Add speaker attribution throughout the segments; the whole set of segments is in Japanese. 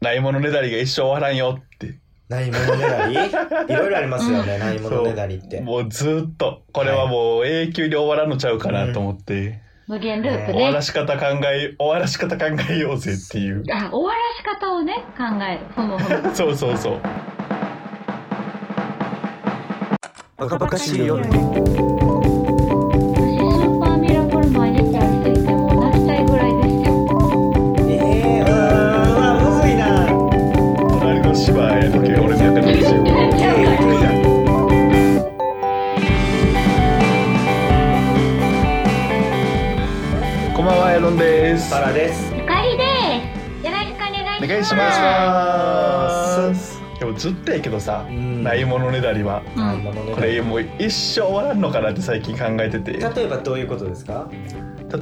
Speaker 1: ないものねだりが一生終わらんよって。
Speaker 2: ないものねだり いろいろありますよね、ないものねだりって。
Speaker 1: もうずっと、これはもう永久に終わらんのちゃうかなと思って、
Speaker 3: 無限ループ
Speaker 1: 終わ
Speaker 3: ね
Speaker 1: ら。し方考え、終わらし方考えようぜっていう。
Speaker 3: あ、終わらし方をね、考える。そのほの。
Speaker 1: そうそうそう。
Speaker 4: バ
Speaker 3: カバカしい
Speaker 4: よ
Speaker 3: 私、スーパーミラクルマンに対しててもう出したいぐらいですよ。
Speaker 2: ええー、うわー、むずいな。
Speaker 1: 隣の芝やるけ俺の役なんですよ。こんばんは、エロンです。
Speaker 2: サラです。
Speaker 3: ゆかりです。よろしくお願いします。
Speaker 1: お願いします。でもずっとやけどさ、ないものねだりは。
Speaker 3: うん
Speaker 2: ないものね
Speaker 1: こ
Speaker 2: だり
Speaker 1: れ。もう一生終わらんのかなって最近考えてて
Speaker 2: 例えばどういうことですか？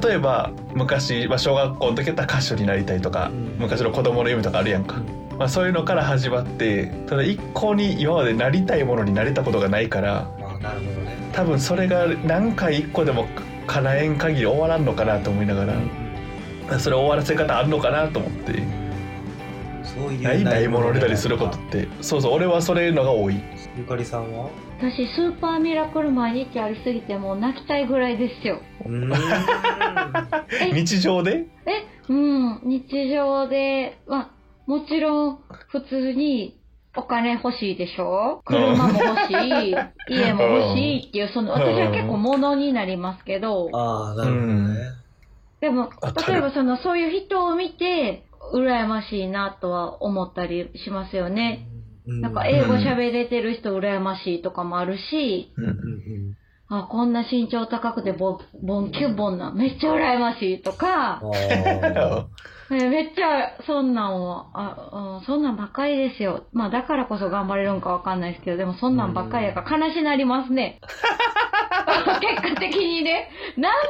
Speaker 1: 例えば昔、まあ、小学校の時やったら歌手になりたいとか
Speaker 2: うん
Speaker 1: 昔の子供の夢とかあるやんか、まあ、そういうのから始まってただ一向に今までなりたいものになれたことがないから
Speaker 2: あ、なるほどね。
Speaker 1: 多分それが何回一個でも叶えん限り終わらんのかなと思いながらそれ終わらせ方あんのかなと思って
Speaker 2: そういう
Speaker 1: ないないものねだりすることっ。てそうそう俺はそれのが多い
Speaker 2: ゆかりさんは？
Speaker 3: 私、スーパーミラクル毎日ありすぎてもう泣きたいぐらいですよ。
Speaker 2: うーん。は
Speaker 3: え、
Speaker 1: 日常で
Speaker 3: え、うん、日常で、まあ、もちろん、普通に、お金欲しいでしょ車も欲し い、家も欲しいっていう、その、私は結構物になりますけど、
Speaker 2: ああ、なるほどね。
Speaker 3: でも
Speaker 1: わ、かる
Speaker 3: 例えばその、そういう人を見て、羨ましいなとは思ったりしますよね。
Speaker 2: うん
Speaker 3: なんか、英語喋れてる人羨ましいとかもあるし、
Speaker 1: うん
Speaker 2: うんうん。
Speaker 3: あ、こんな身長高くてボン、ボンキュボンな、めっちゃ羨ましいと
Speaker 2: あ、
Speaker 3: か
Speaker 2: ー
Speaker 3: えめっちゃ、そんなんは、あ、うん、そんなんばっかりですよ。まあ、だからこそ頑張れるんかわかんないですけど、でもそんなんばっかりやから悲しなりますね。結果的にね、なんもね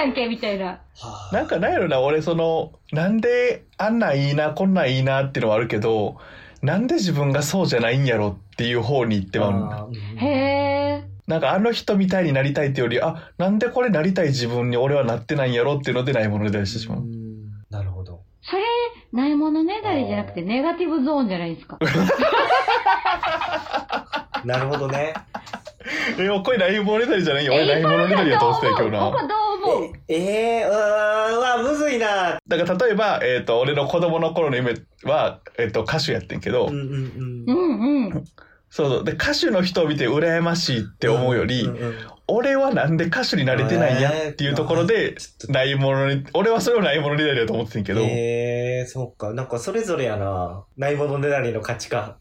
Speaker 3: えやんけ、みたいな。
Speaker 2: はあ
Speaker 1: なんかないのな俺そのなんであんなんいいなこんなんいいなっていうのはあるけどなんで自分がそうじゃないんやろっていう方に行ってまうのな
Speaker 2: あー
Speaker 3: へえ。
Speaker 1: なんかあの人みたいになりたいっていうよりあなんでこれなりたい自分に俺はなってないんやろっていうのでないものに対してしまう
Speaker 2: うんなるほど。
Speaker 3: それ、ないものねだりじゃなくて、ネガティブゾーンじゃないですか。
Speaker 2: なるほどね。
Speaker 1: えおこれないものねだりじゃないよ俺ないものねだりやと思ってた
Speaker 3: こ
Speaker 1: けど
Speaker 3: こどう
Speaker 1: な
Speaker 3: 思う
Speaker 2: ええー、うーんうわ、むずいな。
Speaker 1: だから例えば、えー、と俺の子供の頃の夢は、えー、と歌手やってんけど、
Speaker 2: うんうん
Speaker 3: う
Speaker 2: うん。っ
Speaker 3: んうん。
Speaker 1: そうそうで歌手の人を見て羨ましいって思うより、俺はなんで歌手になれてないんやっていうところで、ないものに、俺はそれをないものになると思ってんけど、
Speaker 2: ええー、そうか。なんかそれぞれやな。ないものねだりの価値観。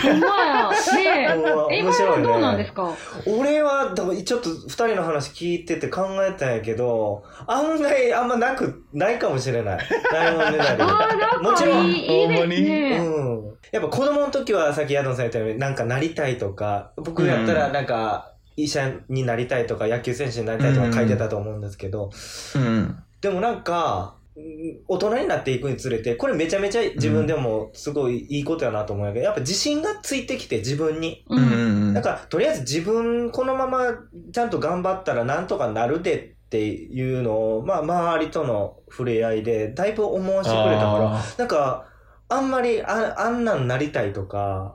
Speaker 3: ほんまや。ね
Speaker 2: うわ面
Speaker 3: え、今の
Speaker 2: 白い
Speaker 3: は
Speaker 2: ね
Speaker 3: どうなんですか
Speaker 2: 俺は、だからちょっと二人の話聞いてて考えたんやけど、案外あんまなく、ないかもしれない。ないものねだり。
Speaker 3: ああ、なん
Speaker 2: もちろ
Speaker 3: か
Speaker 2: ん
Speaker 3: いい、いいですね。
Speaker 2: うん、やっぱ子供の時はさっきヤドンさん言ったようになんかなりたいとか僕やったらなんか医者になりたいとか野球選手になりたいとか書いてたと思うんですけど、
Speaker 1: うん。
Speaker 2: でもなんかうん大人になっていくにつれてこれめちゃめちゃ自分でもすごいいいことやなと思うんやけどやっぱ自信がついてきて自分に。
Speaker 3: う。
Speaker 1: うんん。
Speaker 2: だからとりあえず自分このままちゃんと頑張ったらなんとかなるでっていうのを、まあ、周りとの触れ合いでだいぶ思わせてくれたから
Speaker 1: あ
Speaker 2: なんか、あんまりあ、あんなんなりたいとか、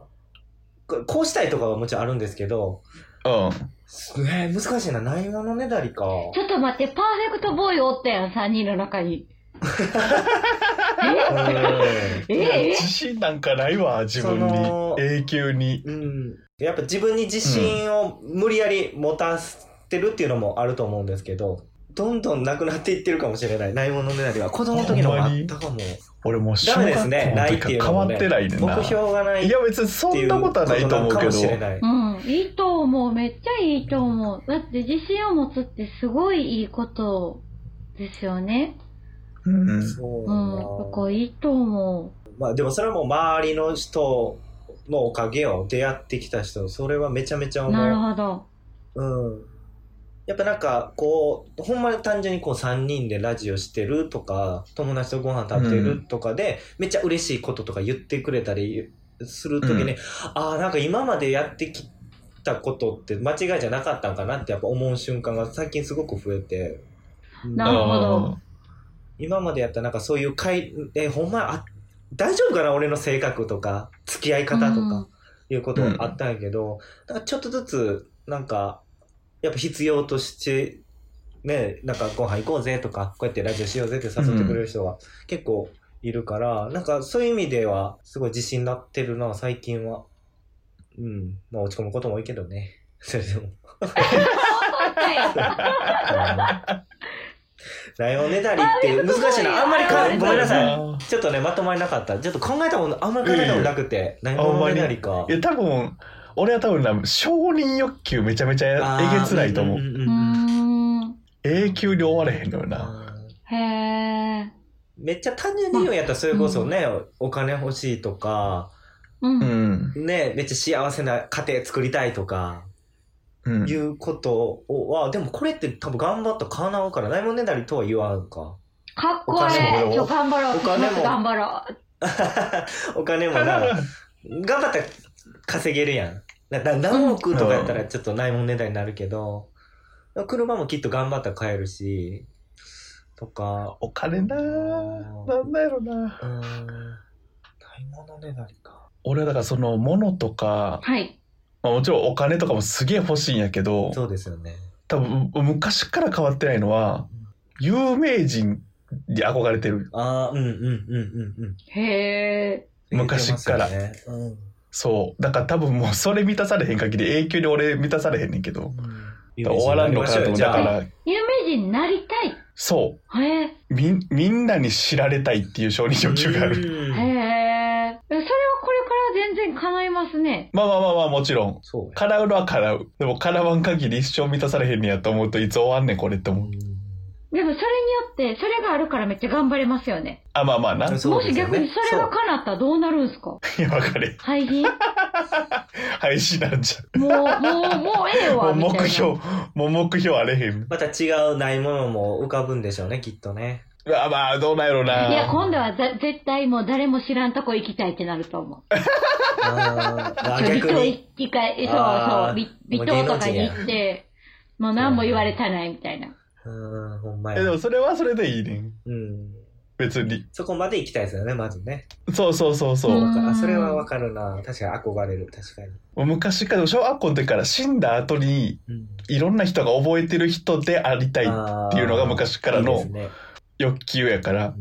Speaker 2: ここうしたいとかはもちろんあるんですけど、
Speaker 1: ー
Speaker 2: すえー難しいな、ないものねだりか。
Speaker 3: ちょっと待って、パーフェクトボーイおったやん、3人の中に。
Speaker 2: う
Speaker 3: え
Speaker 1: うん。
Speaker 3: え
Speaker 1: 自信なんかないわ、自分
Speaker 2: そ
Speaker 1: に
Speaker 2: の。
Speaker 1: 永久に。
Speaker 2: ん。うん。やっぱ自分に自信を無理やり持たせてるっていうのもあると思うんですけど、どんどんなくなっていってるかもしれない、ないものねだりは。子供の時の方があったかも。
Speaker 1: 俺もう小
Speaker 2: ダメ
Speaker 1: 学校
Speaker 2: です
Speaker 1: の
Speaker 2: ね、ない
Speaker 1: 時
Speaker 2: っていう
Speaker 1: から変
Speaker 2: のも、
Speaker 1: わっ
Speaker 2: ね。
Speaker 1: てないねんな。
Speaker 2: 目標がない
Speaker 1: いや別にそんなことはないと思う
Speaker 2: っていうことなのか
Speaker 1: け
Speaker 2: も
Speaker 1: ど
Speaker 2: し。れない。
Speaker 3: うん、いいと思う。めっちゃいいと思う。だって自信を持つってすごいいいことですよね。
Speaker 1: うん。
Speaker 2: そう
Speaker 3: う
Speaker 2: だ
Speaker 3: ん、
Speaker 2: な
Speaker 3: ここいいと思
Speaker 2: まあでもそれはもう周りの人のおかげよ出会ってきた人それはめちゃめちゃ
Speaker 3: う。なる
Speaker 2: 思う、
Speaker 3: ほど。
Speaker 2: うん、やっぱなんかこうほんまに単純にこう3人でラジオしてるとか友達とご飯食べてるとかで、めっちゃ嬉しいこととか言ってくれたりする時に、
Speaker 1: うん
Speaker 2: ああなんか今までやってきたことって間違いじゃなかったんかなってやっぱ思う瞬間が最近すごく増えて。うん
Speaker 3: なるほど
Speaker 1: うん
Speaker 2: 今までやったなんかそういう会、え、ほんまあ、大丈夫かな俺の性格とか、付き合い方とか、いうことあったんやけど、なんかちょっとずつ、なんか、やっぱ必要として、ね、なんかご飯行こうぜとか、こうやってラジオしようぜって誘ってくれる人が結構いるから、なんかそういう意味では、すごい自信になってるな、最近は。うん。まあ落ち込むことも多いけどね。 それでも。ライオンねだりっていう難しいな。あんまりか、ごめんなさい。
Speaker 1: あ
Speaker 2: ちょっとね、まとまりなかった。ちょっと考えたもん、あんまり考えたもんなくて、何もねなりか
Speaker 1: ーい。や、多分、俺は多分な、承認欲求めちゃめちゃえげつないと思う。
Speaker 2: んん
Speaker 3: うん
Speaker 2: ん
Speaker 3: ん。
Speaker 1: 永久に終われへんのよな。
Speaker 2: あー
Speaker 3: へえ。
Speaker 2: めっちゃ単純に言うんやったら、それこそね、お金欲しいとか、
Speaker 3: うん。
Speaker 1: う
Speaker 3: うん
Speaker 1: ん。
Speaker 2: ね、めっちゃ幸せな家庭作りたいとか、
Speaker 1: うん
Speaker 2: い。うことをは、でもこれって多分頑張ったら叶うから、ないもんねだりとは言わんか。
Speaker 3: かっ
Speaker 1: お
Speaker 3: こ
Speaker 1: 金
Speaker 3: え
Speaker 1: も
Speaker 3: え。ちょ、頑張ろう。
Speaker 2: お金も
Speaker 3: 頑張ろう。
Speaker 2: お金もな、頑張ったら稼げるやん。なな何億とかやったらちょっとないもんねだりになるけど、車もきっと頑張ったら買えるし、とか、
Speaker 1: お金な
Speaker 2: う
Speaker 1: ぁ。
Speaker 2: ん
Speaker 1: なんだやろな
Speaker 2: うーん買い物ねだりか。
Speaker 1: 俺はだからその、物とか、
Speaker 3: はい。
Speaker 1: まあ、もちろんお金とかもすげえ欲しいんやけど、
Speaker 2: そうですよね。
Speaker 1: 多分昔から変わってないのは、有名人に憧れてる。
Speaker 2: ああ、うんうんうんうんうん。
Speaker 3: へえ。
Speaker 1: 昔から
Speaker 2: 言ってますよね
Speaker 1: そう。だから多分もうそれ満たされへん限り永久に俺満たされへんねんけど。
Speaker 2: うん。
Speaker 1: だから終わらんのかなと思う。
Speaker 2: じ
Speaker 1: だ
Speaker 2: ゃあ
Speaker 1: から、
Speaker 3: 有名人になりたい。
Speaker 1: そ
Speaker 3: へえ。
Speaker 1: う。みん、みんなに知られたいっていう承認欲求がある。
Speaker 2: うん
Speaker 3: へえ。それはこれから全然叶いますね。
Speaker 1: まあまあまあまあもちろん。
Speaker 2: そうや。
Speaker 1: 叶うのは叶う。でも叶わん限り一生満たされへんねやと思うといつ終わんねんこれって思う。
Speaker 3: でもそれによって、それがあるからめっちゃ頑張れますよね。
Speaker 1: あ、まあまあな。い
Speaker 2: そう
Speaker 3: も
Speaker 2: で
Speaker 3: し
Speaker 2: すよね
Speaker 3: 逆にそれが
Speaker 2: そう
Speaker 3: 叶ったらどうなるんすか
Speaker 1: や、わかれ。
Speaker 3: 廃品も
Speaker 1: 廃止なんじ
Speaker 3: う、もう、もうええ
Speaker 1: ゃ
Speaker 3: わ。
Speaker 1: ん。 も
Speaker 3: み
Speaker 1: う
Speaker 3: たいな
Speaker 1: 目標、もう目標あれへん。
Speaker 2: また違うないものも浮かぶんでしょうね、きっと ね。
Speaker 1: あまあ、どうなんやろな。
Speaker 3: いや、今度はざ絶対もう誰も知らんとこ行きたいってなると思う。
Speaker 2: あーあ
Speaker 3: ちょ
Speaker 2: 逆
Speaker 3: 人
Speaker 2: に。
Speaker 3: 行きかい、そう
Speaker 2: あ
Speaker 3: そ
Speaker 2: ー
Speaker 3: う、び微糖とかに行って、もう何も言われたないみたいな。
Speaker 2: うん、ほんま
Speaker 1: え、で
Speaker 2: や
Speaker 1: も。それはそれでいいねん。
Speaker 2: うん。
Speaker 1: 別に。
Speaker 2: そこまで行きたいですよね、まずね。
Speaker 1: そうそうそうそう。
Speaker 3: うん
Speaker 2: だからそれはわかるな。確かに憧れる、確かに。
Speaker 1: もう昔から、小学校の時から死んだ後に、
Speaker 2: うん。
Speaker 1: いろんな人が覚えてる人でありたいっていうのが昔からの
Speaker 2: いいですね
Speaker 1: 欲求やから、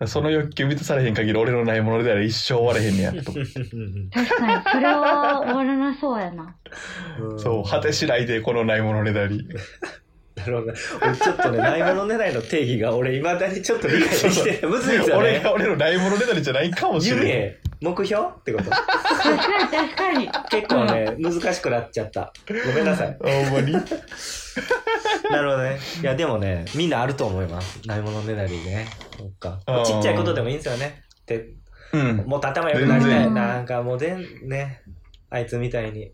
Speaker 2: う
Speaker 1: その欲求満たされへん限り俺のないものであれ一生終われへんねやと。
Speaker 2: ん
Speaker 3: 確かに、それは終わらなそうやな。
Speaker 1: そう、果てし
Speaker 2: ら。
Speaker 1: ないでこのないものねだり。
Speaker 2: なるほど。俺ちょ っとね、ないもの狙いの定義が俺、いまだにちょっと理解できてない、むずいですよ
Speaker 1: 俺
Speaker 2: ね。
Speaker 1: が俺のないものねだりじゃないかもしれない。
Speaker 2: 夢、目標ってこと。
Speaker 3: 確かに、確かに。
Speaker 2: 結構ね、難しくなっちゃった。ごめんなさい。
Speaker 1: ほんまに。
Speaker 2: なるほどね。いや、でもね、みんなあると思います。ないもの狙いね。そっか。
Speaker 1: うん
Speaker 2: ちっちゃいことでもいいんですよね。って、
Speaker 1: うん。
Speaker 2: もっと頭良くなりたい。
Speaker 3: 全然
Speaker 2: なんかもう全、ね、あいつみたいに。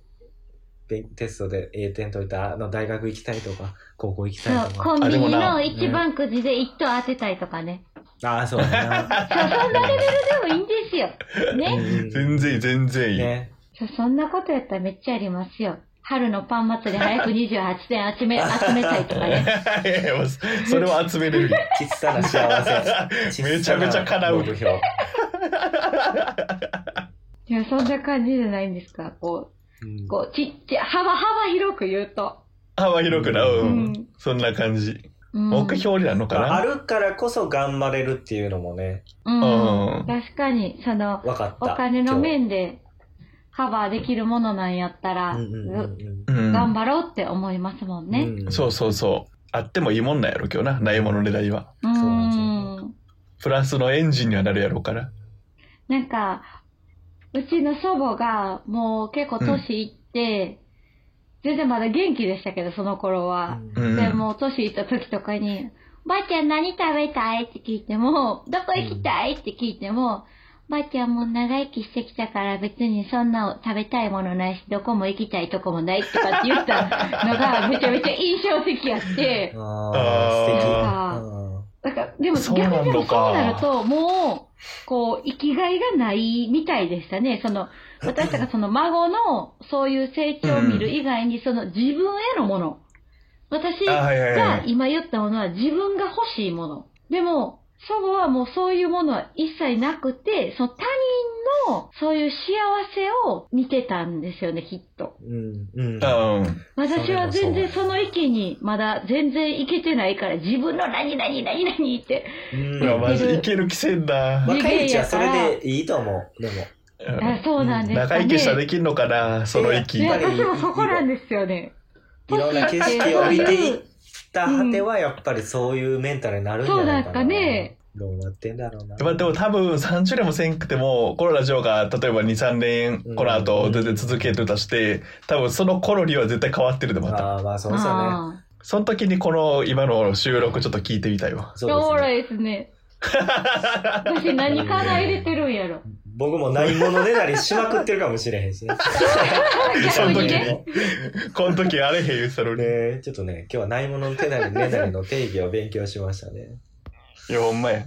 Speaker 2: べテストで A 点取れたあの大学行きたいとか高校行き
Speaker 3: そ、
Speaker 2: たいうと
Speaker 3: コ
Speaker 2: か
Speaker 3: ン
Speaker 1: あ
Speaker 3: ビニの
Speaker 1: で
Speaker 2: もな
Speaker 3: 一番くじで一等当てたいとかね。
Speaker 2: ああそうだな
Speaker 3: そう、そんなレベルでもいいんですよ。ね。
Speaker 1: 全然いい、全然いい。
Speaker 2: ね。
Speaker 3: そう、そんなことやったらめっちゃありますよ。春のパン祭り早く28点集め、集めたいとかね。
Speaker 1: いやいや、もうそれは集めれ るよ。
Speaker 2: 小さな幸せ。
Speaker 1: めちゃめちゃ叶う
Speaker 2: 小さな目標。
Speaker 3: いや、そんな感じじゃないんですか。こう、
Speaker 2: こ
Speaker 3: こう、ちっちゃ、幅、幅広く言うと。
Speaker 1: 幅広くな、
Speaker 2: う
Speaker 1: うんん。そんな感じ。
Speaker 3: うん
Speaker 1: 目標になるの
Speaker 2: う
Speaker 1: か
Speaker 2: まああ
Speaker 1: な
Speaker 2: るからこそ頑張れるっていうのもね、
Speaker 3: うん
Speaker 1: うん
Speaker 3: 確かに、その、
Speaker 2: 分かっ
Speaker 3: お
Speaker 2: た。
Speaker 3: 金の面でカバーできるものなんやったら、
Speaker 2: 今日。うんうんうん
Speaker 1: う
Speaker 3: うん
Speaker 1: ん。
Speaker 3: 頑張ろうって思いますもん
Speaker 2: うん
Speaker 3: ね。
Speaker 2: ん
Speaker 1: そうそうそう。あってもいいもんなんやろ、今日な。ないものねだりは。
Speaker 3: うん。
Speaker 2: そうなんです
Speaker 3: な
Speaker 1: プラスのエンジンにはなるやろうから。
Speaker 3: んか、うちの祖母がもう結構年いって、全然まだ元気でしたけど、その頃は。
Speaker 1: うん
Speaker 3: でも、年いった時とかに、ばあちゃん何食べたいって聞いても、どこ行きたいって聞いても、ばあちゃんもう長生きしてきたから別にそんな食べたいものないし、どこも行きたいとこもないとかって言ったの がめちゃめちゃ印象的やって、
Speaker 2: ああ、素
Speaker 3: だから、でも
Speaker 1: そ
Speaker 3: 逆
Speaker 1: うな
Speaker 3: に
Speaker 1: んのか
Speaker 3: でもそうなると、もう、こう、生きがいがないみたいでしたね。その、私たちがその孫のそういう成長を見る以外に、その自分へのもの。私
Speaker 1: あ、はいはいは
Speaker 3: が
Speaker 1: い。
Speaker 3: 今言ったものは自分が欲しいもの。でも、祖母はもうそういうものは一切なくて、その他人のそういう幸せを見てたんですよね、きっと。
Speaker 2: うん、う
Speaker 1: う
Speaker 2: ん。
Speaker 1: ん。
Speaker 3: 私は全然
Speaker 2: そ
Speaker 3: そ
Speaker 2: れもそう
Speaker 3: の域にまだ全然行けてないから、自分の何々何々って。
Speaker 2: うん
Speaker 1: いや、マジ、
Speaker 3: い
Speaker 1: いける気せんな。
Speaker 2: 若いうちはそれでいいと思う。でも。
Speaker 3: あそうなんですかね
Speaker 1: 長生きしたらできんのかな、その息。
Speaker 3: ね、
Speaker 2: やっぱり
Speaker 3: 私もそこなんですよね。
Speaker 2: いろんな景色を見ていった果ては、やっぱりそういうメンタルになるんじゃないかな。
Speaker 3: そうなんかね。
Speaker 2: どうなってんだろうな。
Speaker 1: まあでも多分30年もせんくても、このラジオが例えば2、3年、この後全然続けてたとして、多分その頃には絶対変わってるで、また。
Speaker 2: ああ、まあそうですよね。
Speaker 3: ああ
Speaker 1: その時にこの今の収録ちょっと聞いてみたいわ。
Speaker 3: お
Speaker 2: そ
Speaker 3: も
Speaker 2: うです
Speaker 3: ろ
Speaker 2: ね。
Speaker 3: いです ね。私何から入れてるんやろ。
Speaker 2: 僕もないものねだりしまくってるかもしれへんしね。
Speaker 1: その
Speaker 3: 逆
Speaker 1: 時
Speaker 3: に
Speaker 1: に
Speaker 3: ね。
Speaker 1: この時あれへん言うてた のに。
Speaker 2: ねちょっとね、今日はないもの手なりねだりの定義を勉強しましたね。
Speaker 1: いや、ほんまや。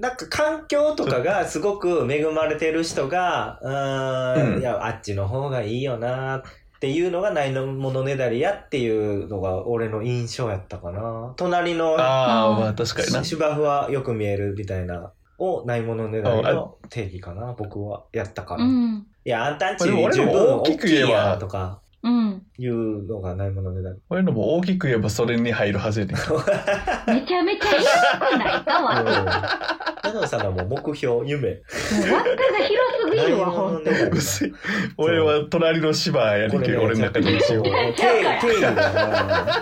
Speaker 2: なんか環境とかがすごく恵まれてる人が、うーん、
Speaker 1: うん
Speaker 2: いや、あっちの方がいいよなっていうのがないものねだりやっていうのが俺の印象やったかな。隣の
Speaker 1: ああ、まあ確かにな。
Speaker 2: 芝生はよく見えるみたいな。をないものねだりの定義かな僕はやったか
Speaker 3: う
Speaker 2: ら、い
Speaker 3: ん。
Speaker 2: やあんたんち
Speaker 1: で
Speaker 2: 十
Speaker 1: も
Speaker 2: 分
Speaker 1: 俺も大
Speaker 2: 大き
Speaker 1: き
Speaker 2: く
Speaker 1: く
Speaker 2: 言
Speaker 1: 言
Speaker 2: え
Speaker 1: えば
Speaker 2: ばとか
Speaker 3: うん。
Speaker 2: いうのがないものね だり
Speaker 1: 俺のも大きく言えばそれに入るはずやねん。
Speaker 3: めちゃめちゃ広くないかわ。もう
Speaker 2: うん。野さんがもう目標、夢。
Speaker 3: 輪っかが広すぎるわ、ほんと。
Speaker 1: 薄い。 俺は隣の芝やねんけど、俺の中で一
Speaker 2: 一
Speaker 1: 応
Speaker 2: 応。。定義だ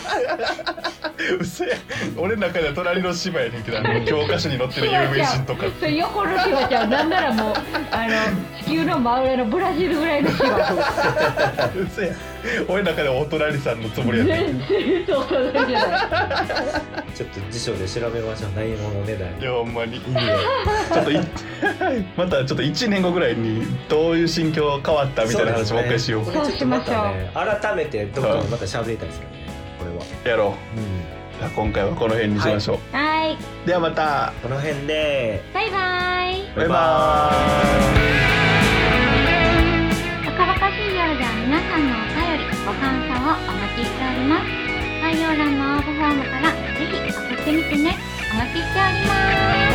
Speaker 1: 薄い。俺の中では隣の芝やねんけど、あの教科書に載ってる有名人とか。
Speaker 3: それ横のシワちゃんなんならもうあの地球の真上のブラジルぐらいのシワ
Speaker 1: 嘘や俺の中ではお隣さんのつもりや
Speaker 3: 全
Speaker 1: ねん
Speaker 3: 然そうなんじゃない
Speaker 2: なちょっと辞書で調べましょう。ないものねだり
Speaker 1: い。やほんまにち
Speaker 2: 意味を。
Speaker 1: ょっといまたちょっと1年後ぐらいにどういう心境変わったみたいな話もう一回しよう
Speaker 2: これちょっとまたね改めてどっかでまた喋りたいですからね。これ
Speaker 1: や
Speaker 2: は。
Speaker 1: ろ
Speaker 2: うん。
Speaker 1: うじゃあ今回はこの辺にしましょう、
Speaker 3: はい
Speaker 1: ではまた
Speaker 2: この辺で、
Speaker 3: バイバイ
Speaker 1: バイバーイ
Speaker 3: 若々しい夜では皆さんのお便りご感想をお待ちしております概要欄の応募フォームからぜひ送ってみてねお待ちしております